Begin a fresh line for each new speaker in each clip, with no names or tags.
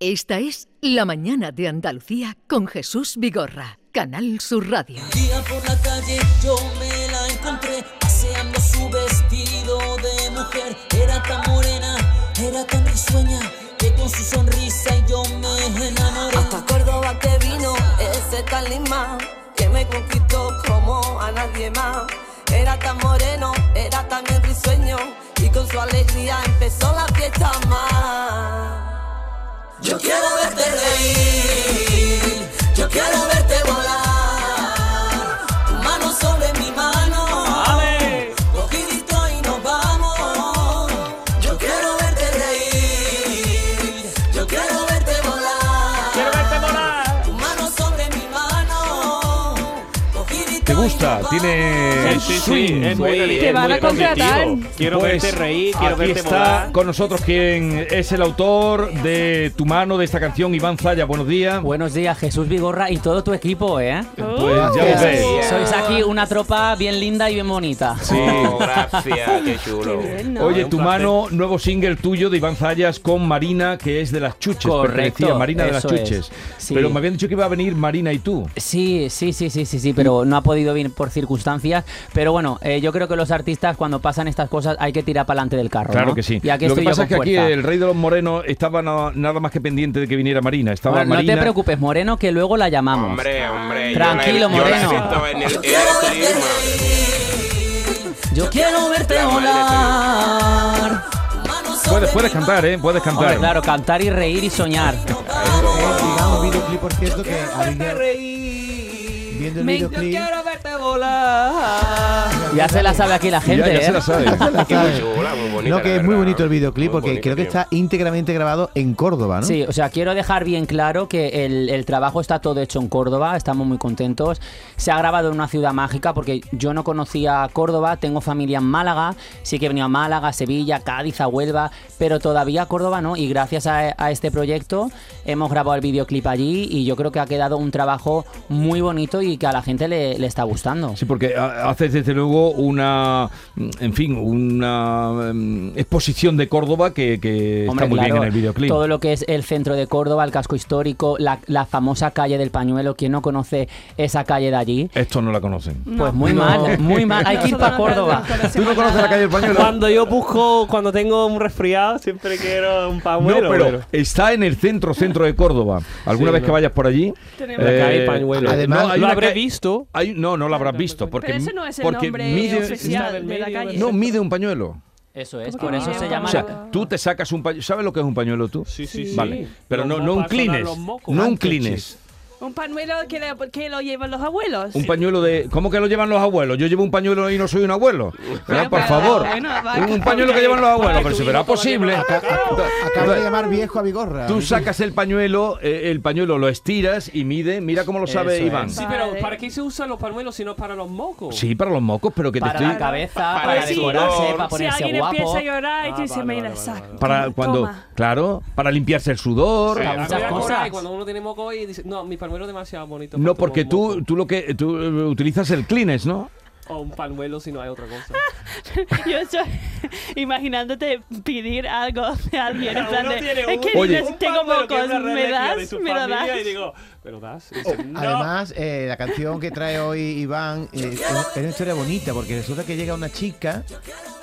Esta es La Mañana de Andalucía con Jesús Vigorra, Canal Sur Radio.
Un día por la calle yo me la encontré paseando su vestido de mujer. Era tan morena, era tan risueña que con su sonrisa yo me enamoré.
Hasta Córdoba que vino ese talismán que me conquistó como a nadie más. Era tan moreno, era tan risueño y con su alegría empezó la fiesta más.
Yo quiero verte reír, yo quiero verte volar. Tu mano sobre mi mano,
¡Ale!
cogidito y nos vamos. Yo quiero verte reír, yo quiero verte volar.
¡Quiero verte volar!
Tu mano sobre mi mano, cogidito
¿Te
y
gusta?
nos
Tiene
Sí, sí, sí, es muy,
Pues,
es
Te van
muy
a contratar.
positivo. Quiero verte reír, quiero
aquí
verte
está
volar.
con nosotros quien es el autor de Tu mano de esta canción, Iván Zaya. Buenos días.
Buenos días, Jesús Vigorra y todo tu equipo, ¿eh?
Pues ya lo ves.
Sois aquí una tropa bien linda y bien bonita.
Sí.
Oh, gracias, qué chulo.
Oye,
Un
tu
placer.
mano, nuevo single tuyo de Iván Zayas con Marina, que es de las chuches.
Correcto,
pertenecía, Marina de las
eso es.
chuches.
Sí.
Pero me habían dicho que iba a venir Marina y tú.
Sí, sí, sí, sí, sí, sí, pero no ha podido venir por circunstancias. Pero bueno, eh, yo creo que los artistas cuando pasan estas cosas hay que tirar para adelante del carro.
Claro
¿no?
que sí.
Y aquí
Lo que
estoy yo
pasa es que
con
aquí
fuerza.
el rey de los morenos estaba na- nada más que pendiente de que viniera Marina. Estaba
Bueno, no
Marina.
te preocupes, Moreno, que luego la llamamos.
Hombre, hombre. yo
Tranquilo,
la he- yo la he
Moreno.
visto en el- en
quiero
el
verte
clima.
Yo quiero verte
volar. Tu mano sobre
Puedes, puedes
mi
cantar, ¿eh? Puedes cantar.
Hombre, claro, cantar y reír y soñar.
Digamos un videoclip, por cierto, que abriendo, viendo el videoclip.
verte volar. Ya se la sabe aquí la
Y ya,
gente,
ya se
¿eh?
la sabe.
La
Qué
sabe.
chula, muy bonita,
No, Ah, que
la
es muy
verdad.
bonito el videoclip
Muy
porque
bonito,
creo que
tío.
está íntegramente grabado en Córdoba, ¿no?
Sí, o sea, quiero dejar bien claro que el, el trabajo está todo hecho en Córdoba, estamos muy contentos. Se ha grabado en una ciudad mágica porque yo no conocía Córdoba, tengo familia en Málaga, sí que he venido a Málaga, Sevilla, Cádiz, a Huelva, pero todavía Córdoba no. Y gracias a, a este proyecto hemos grabado el videoclip allí y yo creo que ha quedado un trabajo muy bonito y que a la gente le, le está gustando.
Sí, porque ha- haces desde luego una, mm, en fin, una mm, exposición de Córdoba que, que está
Hombre,
muy bien
claro,
en el videoclip.
Todo lo que es el centro de Córdoba, el casco histórico, la, la famosa calle del pañuelo, ¿quién no conoce esa calle de allí?
Esto no la conocen.
Pues muy mal, muy mal. Hay que ir para Córdoba.
¿Tú no conoces la calle del pañuelo?
Cuando yo busco, cuando tengo un resfriado, siempre quiero un pañuelo.
no, pero está en el centro, centro de Córdoba. ¿Alguna
Sí,
vez
no.
que vayas por allí? eh,
Tenemos-
La calle Pañuelo.
Además-
hay
lo
una
habré
ca-
visto.
hay- no, no lo habrás visto. Porque,
Pero ese no es el
porque
nombre
mide-
Está del
oficial de la
medio,
calle.
No, mide un pañuelo.
Eso es,
¿Cómo que
por eso
mide
se
un
O
llama.
sea, tú te sacas un pañuelo. ¿Sabes lo que es un pañuelo tú?
Sí, sí, sí.
Vale. Pero no,
Los
no
mocos,
inclines.
los mocos.
No
Handkerchief.
inclines.
Un pañuelo que, le- que lo llevan los abuelos.
Un pañuelo de. ¿Cómo que lo llevan los abuelos? Yo llevo un pañuelo y no soy un abuelo. ¿Verdad? Por
pero,
favor.
bueno, va,
Un pañuelo que llevan los abuelos. Pero si será posible.
Acabas de llamar viejo a Vigorra.
Tú sacas el pañuelo, eh, el pañuelo lo estiras y mide. Mira cómo lo sabe
Eso es.
Iván.
Sí, pero ¿para qué se usan los pañuelos si no para los mocos?
Sí, para los mocos, pero que te
Para
estoy.
la cabeza,
Para
para,
el
decorarse,
sudor.
para
si
ponerse
alguien
guapo.
empieza a llorar y tú dices, me la
Para cuando, claro, para limpiarse el sudor.
Para
A mí me
muchas
da coraje
cosas.
Cuando uno tiene moco y dice, no, mi pañuelo es demasiado bonito. para
No,
tomar
porque
un
tú,
moco".
tú lo que tú eh, utilizas el Kleenex, ¿no?
O un pañuelo si no hay otra cosa.
Yo estoy imaginándote pedir algo de alguien. En plan
Uno
de,
tiene
es que
un-
Oye.
dices,
un
tengo
pañuelo que es
mocos,
la
¿me
reliquia de
das?
su
¿Me lo
familia
das?
Y digo, ¿me lo das? Y dice, no.
Además, eh, la canción que trae hoy Iván eh, es, es una historia bonita porque resulta que llega una chica,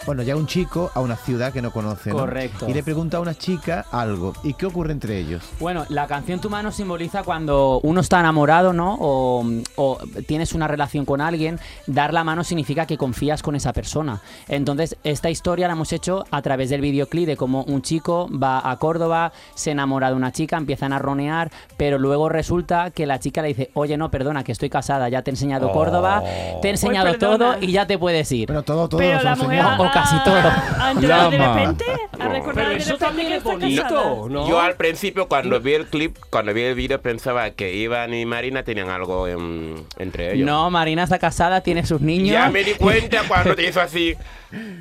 bueno, ya un chico, a una ciudad que no conoce. ¿no?
Correcto.
Y le pregunta a una chica algo. ¿Y qué ocurre entre ellos?
Bueno, la canción Tu mano simboliza cuando uno está enamorado, ¿no? O, o tienes una relación con alguien, dar la mano significa que confías con esa persona. Entonces, esta historia la hemos hecho a través del videoclip de cómo un chico va a Córdoba, se enamora de una chica, empiezan a ronear, pero luego resulta que la chica le dice, oye, no, perdona, que estoy casada, ya te he enseñado Córdoba, te he enseñado
perdona.
todo y ya te puedes ir. ah,
Bueno, todo, todo.
Pero
nos
la
enseñó.
mujer.
O casi todo.
Antes de
Llama.
repente, ha recordado
Pero
de
eso
repente
también
que
es
está
bonito,
casada.
¿no?
Yo al principio cuando vi el clip, cuando vi el vídeo pensaba que Iván y Marina tenían algo en- entre ellos.
No, Marina está casada, tiene sus niños.
Ya me di cuenta cuando te hizo así.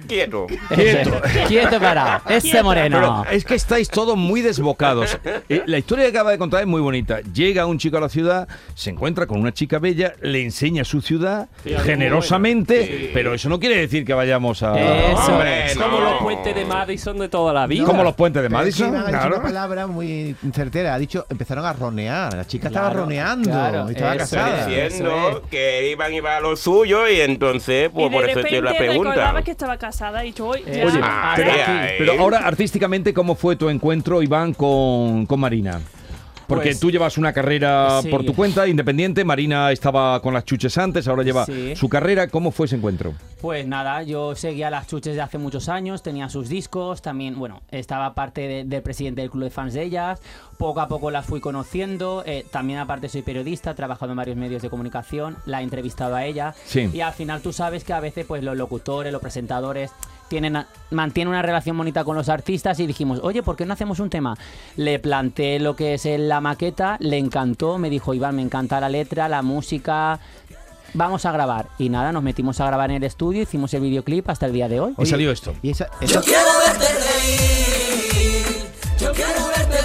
Quieto.
Quieto.
Ese. Quieto parado. Ese moreno.
Pero es que estáis todos muy desbocados. Eh, La historia que acaba de contar es muy bonita. Llega un chico a la ciudad, se encuentra con una chica bella, le enseña su ciudad
Sí, algo
generosamente,
bueno. Sí.
pero eso no quiere decir que vayamos a...
Eso
Hombre,
Es como
no.
los puentes de Madison de toda la vida.
Como los puentes de
Pero es que
Madison.
Iván ha Eh, dicho
claro.
una palabra muy certera. Ha dicho, empezaron a ronear. La chica estaba
Claro,
roneando.
claro,
y estaba
eso
casada.
es.
Diciendo que iban iba a lo suyo y entonces, pues
y de
por eso te
repente
la
recordaba
pregunta.
que estaba casada y yo, oye,
Eh,
ya.
oye,
Ah,
Pero
ahí,
aquí-
ahí.
Pero ahora, artísticamente, ¿cómo fue tu encuentro, Iván, con, con Marina? Porque
Pues-
tú llevas una carrera
Sí.
por tu cuenta, independiente. Marina estaba con las chuches antes, ahora lleva
Sí.
su carrera. ¿Cómo fue ese encuentro?
Pues nada, yo seguía las chuches de hace muchos años, tenía sus discos, también, bueno, estaba parte de- del presidente del club de fans de ellas, poco a poco las fui conociendo, eh, también aparte soy periodista, he trabajado en varios medios de comunicación, la he entrevistado a ella,
Sí.
y al final tú sabes que a veces pues los locutores, los presentadores tienen a- mantienen una relación bonita con los artistas y dijimos, oye, ¿por qué no hacemos un tema? Le planteé lo que es eh, la maqueta, le encantó, me dijo, Iván, me encanta la letra, la música, vamos a grabar. Y nada, nos metimos a grabar en el estudio, hicimos el videoclip hasta el día de hoy.
Y salió esto.
Y esa,
Yo
esa-
quiero verte reír, yo quiero verte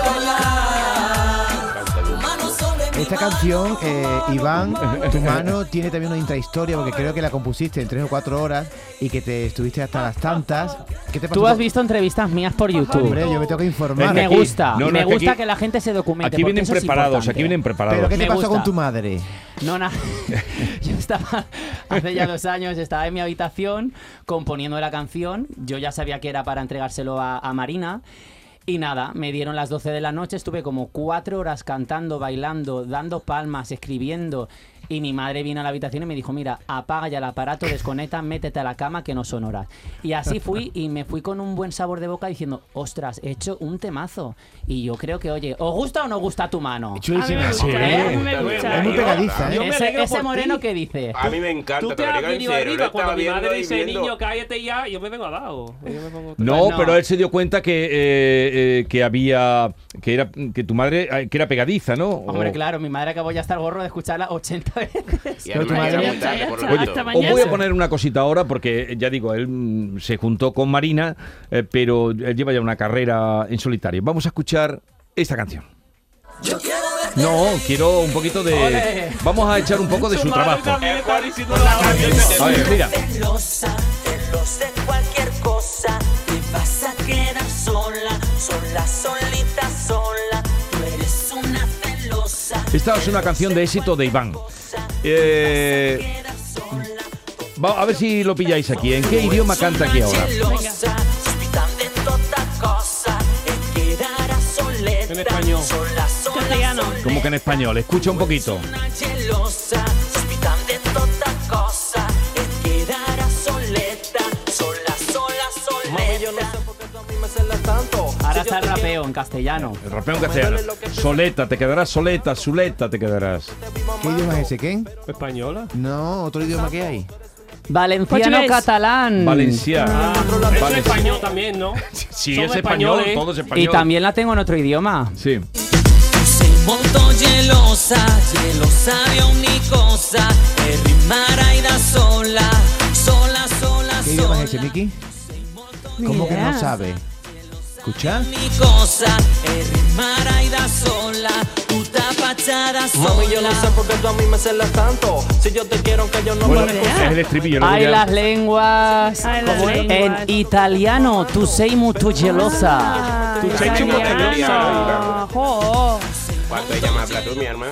bailar. Tu mano sobre mi
esta
mano,
canción,
tu
eh,
mano,
Iván,
tu mano.
tu mano tiene también una intrahistoria porque creo que la compusiste en tres o cuatro horas y que te estuviste hasta las tantas. ¿Qué te pasó?
Tú has visto entrevistas mías por
Hombre,
YouTube.
yo me tengo que
Es
informar.
que
Me
aquí-
gusta,
no, no,
me
es que
gusta
aquí-
que la gente se documente.
Aquí vienen
porque eso es
preparados,
importante.
aquí vienen preparados.
Pero ¿qué te
Me
pasó
gusta.
con tu madre?
No, nada. Yo estaba, hace ya dos años, estaba en mi habitación componiendo la canción. Yo ya sabía que era para entregárselo a, a Marina. Y nada, me dieron las 12 de la noche, estuve como cuatro horas cantando, bailando, dando palmas, escribiendo. Y mi madre vino a la habitación y me dijo, mira, apaga ya el aparato, desconecta, métete a la cama que no son horas. Y así fui y me fui con un buen sabor de boca diciendo, ostras, he hecho un temazo. Y yo creo que, oye, ¿os gusta o no gusta tu mano?
A mí me gusta, ¿eh? A mí me gusta.
Es muy pegadiza,
Yo
¿eh?
me
Ese,
alegro
ese
por
moreno
ti.
que dice.
A mí me encanta,
Tú
te
te
lo
has
digo en
venido
serio. Yo
arriba cuando
estaba
mi
viendo
madre
y
dice,
viendo-
niño, cállate ya, yo me vengo abajo. Yo me pongo-
No,
Pues no.
pero él se dio cuenta que, eh, eh, que había que era que tu madre eh, que era pegadiza, ¿no?
Oh.
Hombre,
O-
claro, mi madre acabó ya hasta el gorro de escucharla 80 veces.
Y
Pero tu
además
madre-
era
Ya
muy
está,
tarde,
ya
por
está,
lo visto.
hasta mañana.
Os voy a poner una cosita ahora porque eh, ya digo, él mm, se juntó con Marina, eh, pero él lleva ya una carrera en solitario. Vamos a escuchar esta canción. No, quiero un poquito de.
Ole.
Vamos a echar un poco de su
madre
trabajo.
también está diciendo la
A ver, mira.
Celosa, celosa de cualquier cosa. Te vas a quedar sola, sola, solita, sola. Tú eres una celosa.
Esta es una canción de éxito de Iván. Eh,
Quedar sola,
va- a ver si lo pilláis aquí. ¿En qué idioma canta aquí ahora?
celosa, suspitan de toda cosa. Te quedarás soleta.
En español.
Sola, sola,
Castellano.
sola.
Como que en español. Escucha un poquito.
Una celosa, sospitan de toda cosa. Te quedarás soleta. Sola, sola, soleta.
Ahora está el rapeo en castellano.
El rapeo en castellano. Soleta, te quedarás soleta, suleta te quedarás.
¿Qué idioma es ese, Ken?
Española.
No, otro idioma que hay.
Valenciano
Portugués.
catalán.
Valenciana.
Ah,
Eso es
Vale.
español también, ¿no?
Si
Somos
es español,
españoles.
todo es español.
Y también la tengo en otro idioma.
Sí.
Se montó gelosa, gelosa de ogni cosa, e rimarrai da sola, sola, sola,
¿Qué
sola.
idioma es ese, Miki? ¿Cómo que no sabe? ¿Escucha?
Ogni cosa, e rimarrai da sola, tutta facciata sola.
Mami, yo no sé por qué tú a mí me celas tanto. Si yo te quiero, aunque yo no
Bueno,
parezco.
es el estribillo. ¿no?
Hay
Ya-
las lenguas.
Ay, las
¿Cómo es?
lenguas.
En italiano, tu sei molto gelosa.
Ah,
Tú sabes cómo te
italiano.
llamas.
Jo.
¿Cuánto ella me habla tú, mi hermano?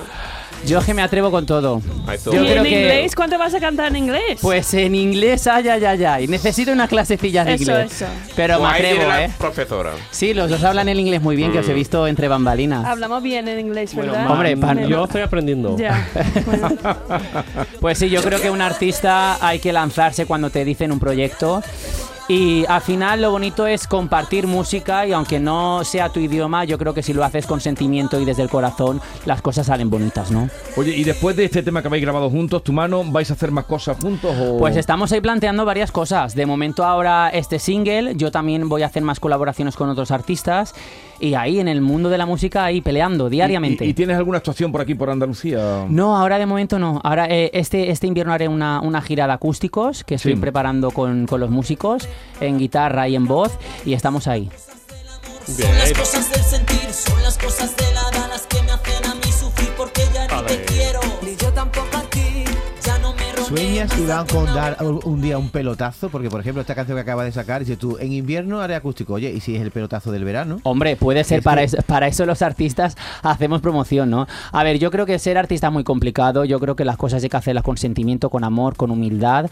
Yo es que me atrevo con todo.
Ay, tú.
Yo
¿Y
creo
en
que-
inglés? ¿Cuánto vas a cantar en inglés?
Pues en inglés, ay, ay, ay, ay. Necesito unas clasecillas de
Eso,
inglés.
eso.
Pero me
Pues Ahí tiene
atrevo,
la
¿eh?
profesora.
Sí, los dos hablan el inglés muy bien,
Mm.
que os he visto entre bambalinas.
Hablamos bien en inglés, ¿verdad?
mal. Hombre, pan-
Me-
Yo estoy aprendiendo.
Ya. Bueno.
Pues sí, yo creo que un artista hay que lanzarse cuando te dicen un proyecto. Y al final lo bonito es compartir música y aunque no sea tu idioma, yo creo que si lo haces con sentimiento y desde el corazón, las cosas salen bonitas, ¿no?
Oye, y después de este tema que habéis grabado juntos, tu mano, ¿vais a hacer más cosas juntos o...?
Pues estamos ahí planteando varias cosas. De momento ahora este single, yo también voy a hacer más colaboraciones con otros artistas y ahí en el mundo de la música ahí peleando diariamente.
¿Y, y tienes alguna actuación por aquí, por Andalucía?
No, ahora de momento no. Ahora eh, este, este invierno haré una, una gira de acústicos que estoy
Sí.
preparando con, con los músicos, en guitarra y en voz, y estamos ahí.
Son las cosas del sentir, son las cosas de la edad las que me hacen a mí sufrir porque ya
A
ni te
ver.
quiero. Ni yo tampoco a ti. Ya no me
¿Sueñas, Iván, con dar un un día un pelotazo? Porque, por ejemplo, esta canción que acaba de sacar, dice tú, en invierno haré acústico. Oye, ¿y si es el pelotazo del verano?
Hombre, puede ser para eso, para eso los artistas hacemos promoción, ¿no? A ver, yo creo que ser artista es muy complicado, yo creo que las cosas hay que hacerlas con sentimiento, con amor, con humildad.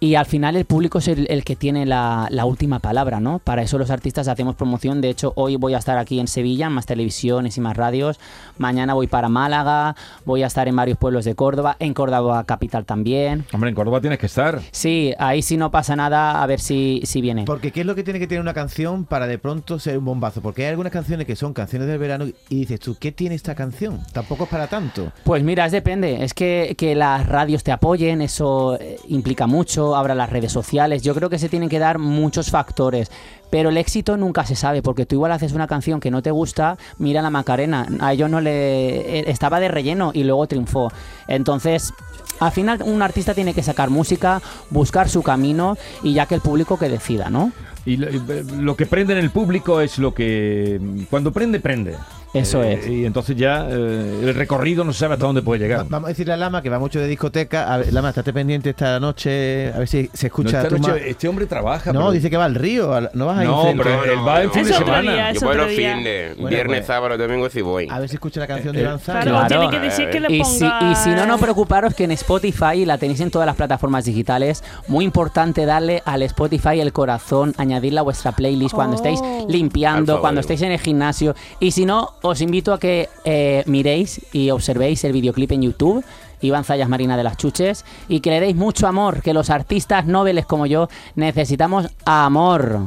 Y al final el público es el, el que tiene la, la última palabra, ¿no? Para eso los artistas hacemos promoción. De hecho, hoy voy a estar aquí en Sevilla, en más televisiones y más radios. Mañana voy para Málaga, voy a estar en varios pueblos de Córdoba, en Córdoba capital también.
Hombre, en Córdoba tienes que estar.
Sí, ahí sí no pasa nada, a ver si, si viene.
Porque ¿qué es lo que tiene que tener una canción para de pronto ser un bombazo? Porque hay algunas canciones que son canciones del verano y dices tú, ¿qué tiene esta canción? Tampoco es para tanto.
Pues mira, es depende. Es que, que las radios te apoyen, eso eh, implica mucho. Ahora las redes sociales. Yo creo que se tienen que dar muchos factores. Pero el éxito nunca se sabe, porque tú igual haces una canción que no te gusta, mira la Macarena. A ellos no le. eh, Estaba de relleno y luego triunfó. Entonces. Al final un artista tiene que sacar música, buscar su camino y ya que el público que decida, ¿no?
Y lo, y lo que prende en el público es lo que. Cuando prende, prende.
Eso es.
Y entonces ya eh, el recorrido no se sabe hasta dónde puede llegar.
Vamos a decirle a Lama que va mucho de discoteca. A ver, Lama, estate pendiente esta noche, a ver si se escucha
No, esta
tu
noche
ma-
este hombre trabaja.
No,
pero-
dice que va al río, al- no vas a ir.
No,
cerca.
pero él va en fin
Es
de
otro
semana.
día, es
Yo bueno,
otro día.
fin de
Bueno,
viernes,
pues.
sábado, domingo sí voy.
A ver si escucha la canción de
Eh,
Iván Zárate.
Claro, tiene que decir que le
Y
ponga...
si, y si no, no preocuparos que en Spotify la tenéis en todas las plataformas digitales. Muy importante darle al Spotify el corazón, añadirla a vuestra playlist cuando
Oh.
estéis
Al
limpiando,
favor.
cuando estéis en el gimnasio. Y si no, os invito a que eh, miréis y observéis el videoclip en YouTube. Iván Zayas Marina de las Chuches y que le deis mucho amor, que los artistas noveles como yo necesitamos amor.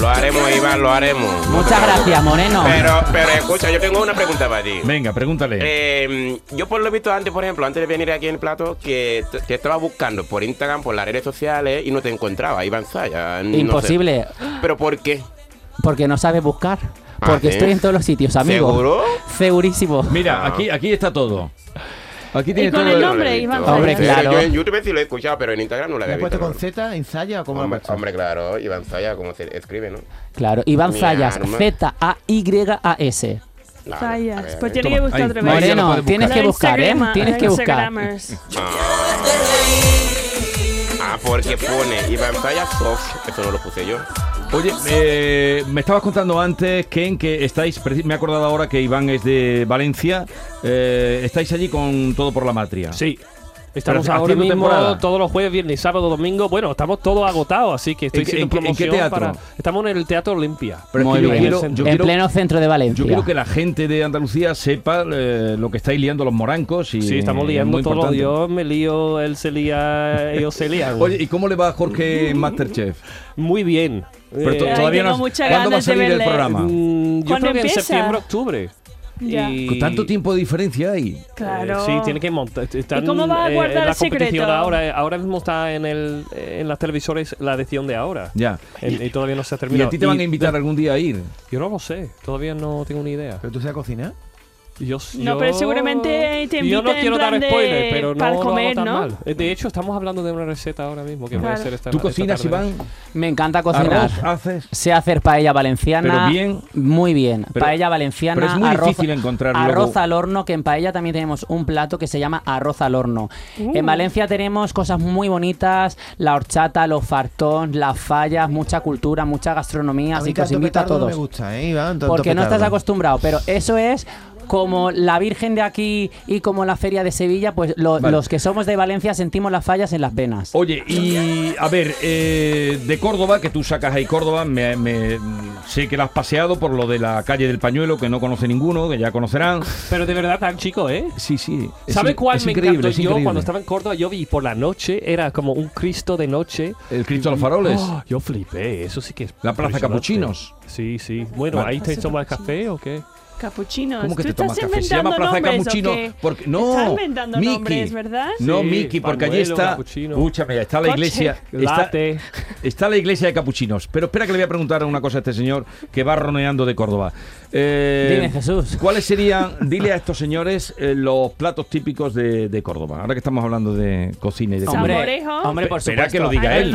Lo haremos, Iván, lo haremos.
Muchas gracias, Moreno.
Pero, pero escucha, yo tengo una pregunta para ti.
Venga, pregúntale.
Eh, yo por lo visto antes, por ejemplo, antes de venir aquí en el plato, que te, te estaba buscando por Instagram, por las redes sociales y no te encontraba, Iván Saya. no sé.
Imposible,
¿Pero por qué?
porque no sabes buscar. Porque
Ah, ¿sí?
estoy en todos los sitios, amigo.
¿Seguro?
Segurísimo.
Mira, aquí, aquí está todo. Aquí tiene
Y con
todo.
el
Yo no lo he
nombre,
visto.
Iván
Hombre,
Zayas.
Pero
claro.
Yo en YouTube sí lo he escuchado, pero en Instagram no lo
¿Le
había
has
visto.
puesto con Z, ensaya o cómo lo has
Hombre,
puesto?
hombre, claro, Iván Saya, como se escribe, ¿no?
Claro, Iván
Mi
Zayas,
arma.
Z-A-Y-A-s.
Claro, a
Zayas.
ver,
Pues
a ver.
tiene que
Toma,
buscar
ahí,
otra
ahí ya
vez.
lo
Moreno,
puedes
tienes
Los
que buscar, ¿eh?
Instagrama-
Tienes que buscar.
Instagramers.
Ah, porque pone Iván Saya Soft. Eso no lo puse yo.
Oye, eh, me estabas contando antes, Ken, que estáis, preci- me he acordado ahora que Iván es de Valencia, eh, estáis allí con Todo por la Matria.
Sí. Estamos
Pero
ahora
haciendo
mismo
temporada.
todos los jueves, viernes, sábado, domingo. Bueno, estamos todos agotados, así que estoy
¿En qué-
haciendo
en qué- en qué
promoción
teatro?
para- Estamos en el Teatro Olimpia.
Pero
Muy
es que yo
bien.
quiero-
en
yo quiero-
pleno centro de Valencia.
Yo quiero que la gente de Andalucía sepa eh, lo que estáis liando los morancos. Y,
Sí, estamos
es
liando
muy
todos los
importante.
días. Me lío, él se lía, ellos se lían.
Oye, ¿y cómo le va a Jorge en Masterchef?
Muy bien.
Pero to-
Eh,
Ay,
todavía
tengo
no.
muchas
¿Cuándo va a
ganas de
salir el
verle.
programa?
mm,
¿Cuándo
yo creo que en
empieza?
septiembre, octubre.
Ya.
Y-
Con tanto tiempo de diferencia hay.
Claro.
Eh, Sí, tiene que montar. están,
cómo va a
eh,
guardar
la
el secreto?
competición Ahora, eh, ahora mismo está en, el, en las televisores la edición de ahora.
Ya.
En- Y, todavía no se ha
Eh, ¿Y
terminado.
a ti te van a invitar algún día a ir?
Yo no lo sé, todavía no tengo ni idea.
¿Pero tú sabes cocinar?
Yo,
No,
yo-
pero seguramente te
Yo no
invitan en
quiero dar
plan de-
spoilers, pero no
para
lo hago
comer,
tan
¿no?
mal. Eh, De hecho, estamos hablando de una receta ahora mismo que voy a
Claro.
hacer esta
¿Tú
esta
cocinas,
tarde.
Iván?
Me encanta cocinar.
¿Arroz haces?
Sé hacer paella valenciana.
Pero bien.
Muy bien.
Pero-
paella valenciana.
pero es muy
arroz,
difícil encontrar luego-
Arroz al horno, que en paella también tenemos un plato que se llama arroz al horno.
Uh.
En Valencia tenemos cosas muy bonitas: la horchata, los fartón, las fallas, mucha cultura, mucha gastronomía.
A mí
Así que os
tanto
invito a
petardo no
todos.
me gusta, ¿eh, Iván? Tanto
Porque no estás
petardo.
acostumbrado, pero eso es como la Virgen de aquí y como la Feria de Sevilla, pues lo-
Vale.
los que somos de Valencia sentimos las fallas en las venas.
Oye, y a ver, eh, de Córdoba, que tú sacas ahí Córdoba, me, me- sé que la has paseado por lo de la calle del pañuelo, que no conoce ninguno, que ya conocerán.
Pero de verdad, tan chico, ¿eh?
Sí, sí. es
¿Sabes
in-
cuál
es
me
increíble,
encantó
es
yo
increíble.
cuando estaba en Córdoba? Yo vi por la noche, era como un Cristo de noche.
El Cristo de los Faroles.
Oh, yo flipé, eso sí que es.
La Plaza
impresionante.
Capuchinos.
Sí, sí. Bueno,
Vale.
¿ahí te tomas café o qué?
capuchinos.
¿Cómo que
¿Tú
te tomas
estás
café? Se llama
inventando
Plaza de
nombres, ¿o
Capuchino.
qué?
Porque, no,
Estás inventando
Miki.
nombres, ¿verdad?
No,
Sí,
Miki, porque allí
pañuelo,
está.
capuchino.
Escúchame, está la
Coche.
iglesia. Está,
Latte.
está la iglesia de capuchinos. Pero espera que le voy a preguntar una cosa a este señor que va roneando de Córdoba. Eh,
Dime, Jesús.
¿Cuáles serían, dile a estos señores, eh, los platos típicos de, de Córdoba? Ahora que estamos hablando de cocina y de
Hombre,
Hombre, por
Espera
supuesto.
que lo diga él.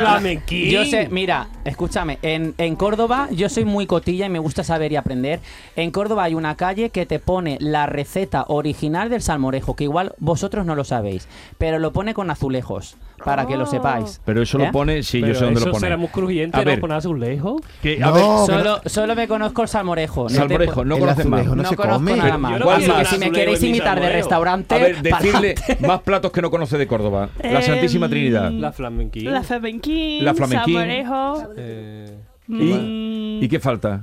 Yo sé, mira, escúchame, en, en Córdoba yo soy muy cotilla y me gusta saber y aprender. En Córdoba hay una calle que te pone la receta original del salmorejo, que igual vosotros no lo sabéis, pero lo pone con azulejos, para que lo sepáis.
Pero eso lo
¿Eh?
pone, sí, yo
Pero
sé dónde lo
eso
pone.
será muy crujiente,
A
¿no?
ver.
Con azulejos.
Que, a
No,
ver,
que no-
Solo, solo me conozco el salmorejo. no te
Salmorejo,
pu-
no
el
conoces más.
azulejo, no se
conozco
come.
nada
Pero
más.
yo no
Así que
quiero el
si me
azulejo
queréis
ni
imitar de
salmorejo.
restaurante,
A ver, decirle
pa'lante.
más platos que no conoce de Córdoba. La
Em,
Santísima Trinidad.
La flamenquín.
La
mm,
flamenquín,
La flamenquín.
salmorejo,
Eh,
¿Y,
mm,
¿Y qué falta?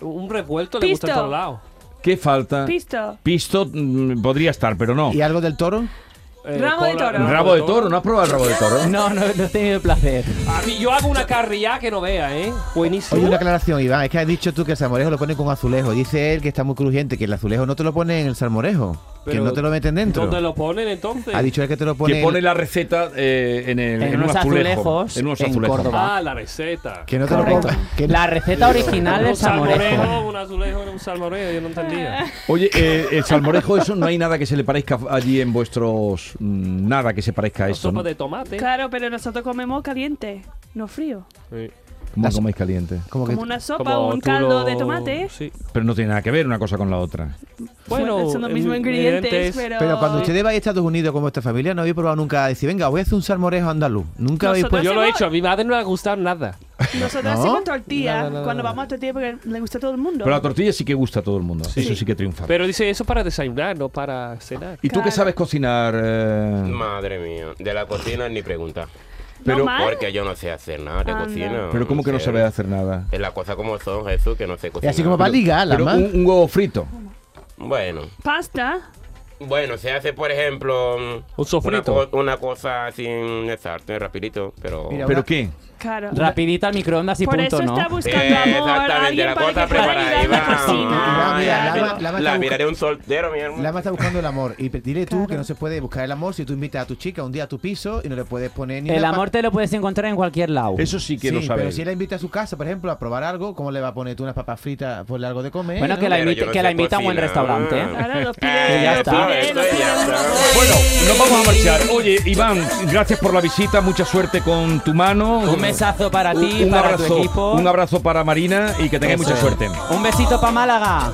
un revuelto le gusta en
Pisto.
todos lados.
¿Qué falta?
pisto.
Pisto mm, podría estar, pero no.
¿Y algo del toro?
Eh,
Rabo de
cola-
toro.
Rabo de toro, ¿no has probado el rabo de toro?
No, no, no he tenido el placer.
A mí, yo hago una carrillá que no vea, ¿eh? Buenísimo.
Oye, una aclaración, Iván. Es que has dicho tú que el salmorejo lo ponen con azulejo. Dice él que está muy crujiente, que el azulejo no te lo pone en el salmorejo. que
Pero,
no te lo meten dentro.
¿Dónde lo ponen entonces?
Ha dicho él que te lo pone.
que pone la receta eh, en, el,
En unos azulejos
En unos
en
azulejos.
Córdoba.
Ah, la receta.
Que no te
Correcto.
lo pone. Que
La receta original del
un
salmorejo.
salmorejo, un azulejo, un salmorejo, yo no
Ah.
entendía.
Oye, eh, el salmorejo, eso no hay nada que se le parezca allí en vuestros. mm, Nada que se parezca a
Una
esto.
sopa
¿no?
de tomate.
Claro, pero nosotros comemos caliente, no frío.
Sí.
¿Cómo coméis caliente?
como que
Como una sopa
Como
o un
tú
caldo
lo-
de tomate.
Sí.
Pero no tiene nada que ver una cosa con la otra.
Bueno, son los mismos
eh,
ingredientes, pero...
Pero cuando ustedes vais a Estados Unidos como esta familia, no habéis probado nunca decir, venga, voy a hacer un salmorejo andaluz. Nunca habéis
Nosotros-
puesto.
Yo lo he
hacemos-
hecho, a mi madre no le ha gustado nada.
Nosotros
¿No?
hacemos tortilla
No, no, no,
cuando
no.
vamos a tortilla porque le gusta a todo el mundo.
Pero la tortilla sí que gusta a todo el mundo. Eso sí que triunfa.
Pero dice eso para desayunar, no para cenar.
¿Y tú qué
Claro.
sabes cocinar? eh?
Madre mía, de la cocina ni pregunta.
pero-
Normal.
Porque yo no sé hacer nada de
Anda.
cocina.
Pero ¿cómo que no
sé.
sabes hacer nada?
Es la cosa como son, Jesús, que no sé
Y
cocinar.
así como para ligar, la
Pero
más.
un, un huevo frito.
Bueno,
Pasta,
bueno, se hace, por ejemplo,
Un sofrito.
Una, co- una cosa sin sartén, rapidito, pero...
Mira,
¿Pero
una-
qué?
claro.
Rapidita al microondas y
Por
punto,
eso
¿no?
está
Eh,
buscando amor,
Exactamente,
alguien
la
para
cosa
que pueda
preparada,
ayudar en la
Iván,
cocina.
mira,
Claro.
Lama- Lama está
La
buscando-
miraré un soltero, mi hermano.
Lama está buscando el amor. Y pe- dile tú que no se puede buscar el amor si tú invitas a tu chica un día a tu piso y no le puedes poner ni
El
una
amor
pa-
te lo puedes encontrar en cualquier lado.
Eso sí que lo
Sí,
sabes.
pero si la invita a su casa, por ejemplo, a probar algo, ¿cómo le va a poner tú unas papas fritas? Ponle algo de comer.
Bueno,
¿no?
que la,
Pero
invite-
yo no
que la
sé
invita a un buen
cocinar.
restaurante. ¿eh?
Claro, lo
Eh,
pide,
ya
lo
está.
pide, lo
Esto ya
pide, lo
está.
pide.
Bueno, nos vamos a marchar. Oye, Iván, gracias por la visita, mucha suerte con tu mano.
Un besazo para
Un-
ti,
un
para
abrazo,
tu equipo.
Un abrazo para Marina y que tengáis mucha suerte.
Un besito para Málaga.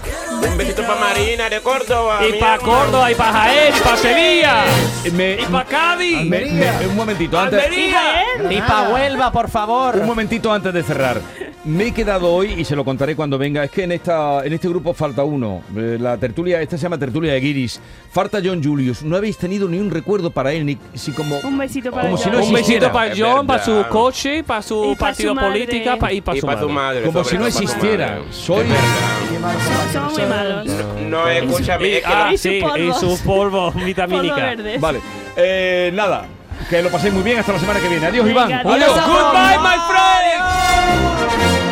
Un besito para Marina de Córdoba.
Y
mi
para
hermano.
Córdoba, y para Jaén, y para Sevilla,
Me-
y para Cádiz,
Almería.
Ah, me- un momentito antes.
Almería.
Y para Huelva, por favor.
Un momentito antes de cerrar. Me he quedado hoy y se lo contaré cuando venga. Es que en esta en este grupo falta uno. Eh, La tertulia, esta se llama tertulia de Guiris. Falta John Julius. No habéis tenido ni un recuerdo para él, ni si como.
Un besito para
Como
el
si no
John.
un
existiera.
besito para
Es
John, para su
verdad.
coche, para su
Y pa'
partido
su madre.
política pa- y para
Y
su
para tu
madre.
madre.
Como
sobre
si no
todo pa' tu
existiera.
madre.
Soy-
Es verdad.
Son muy malos.
No, escúchame, es que
Ah,
no-
Y sus
sí, y
polvos.
sus polvos
Polvo
vitamínica.
verde.
Vale. Eh, nada. Que lo paséis muy bien hasta la semana que viene. Adiós,
Venga,
Iván.
adiós.
Goodbye, my friend.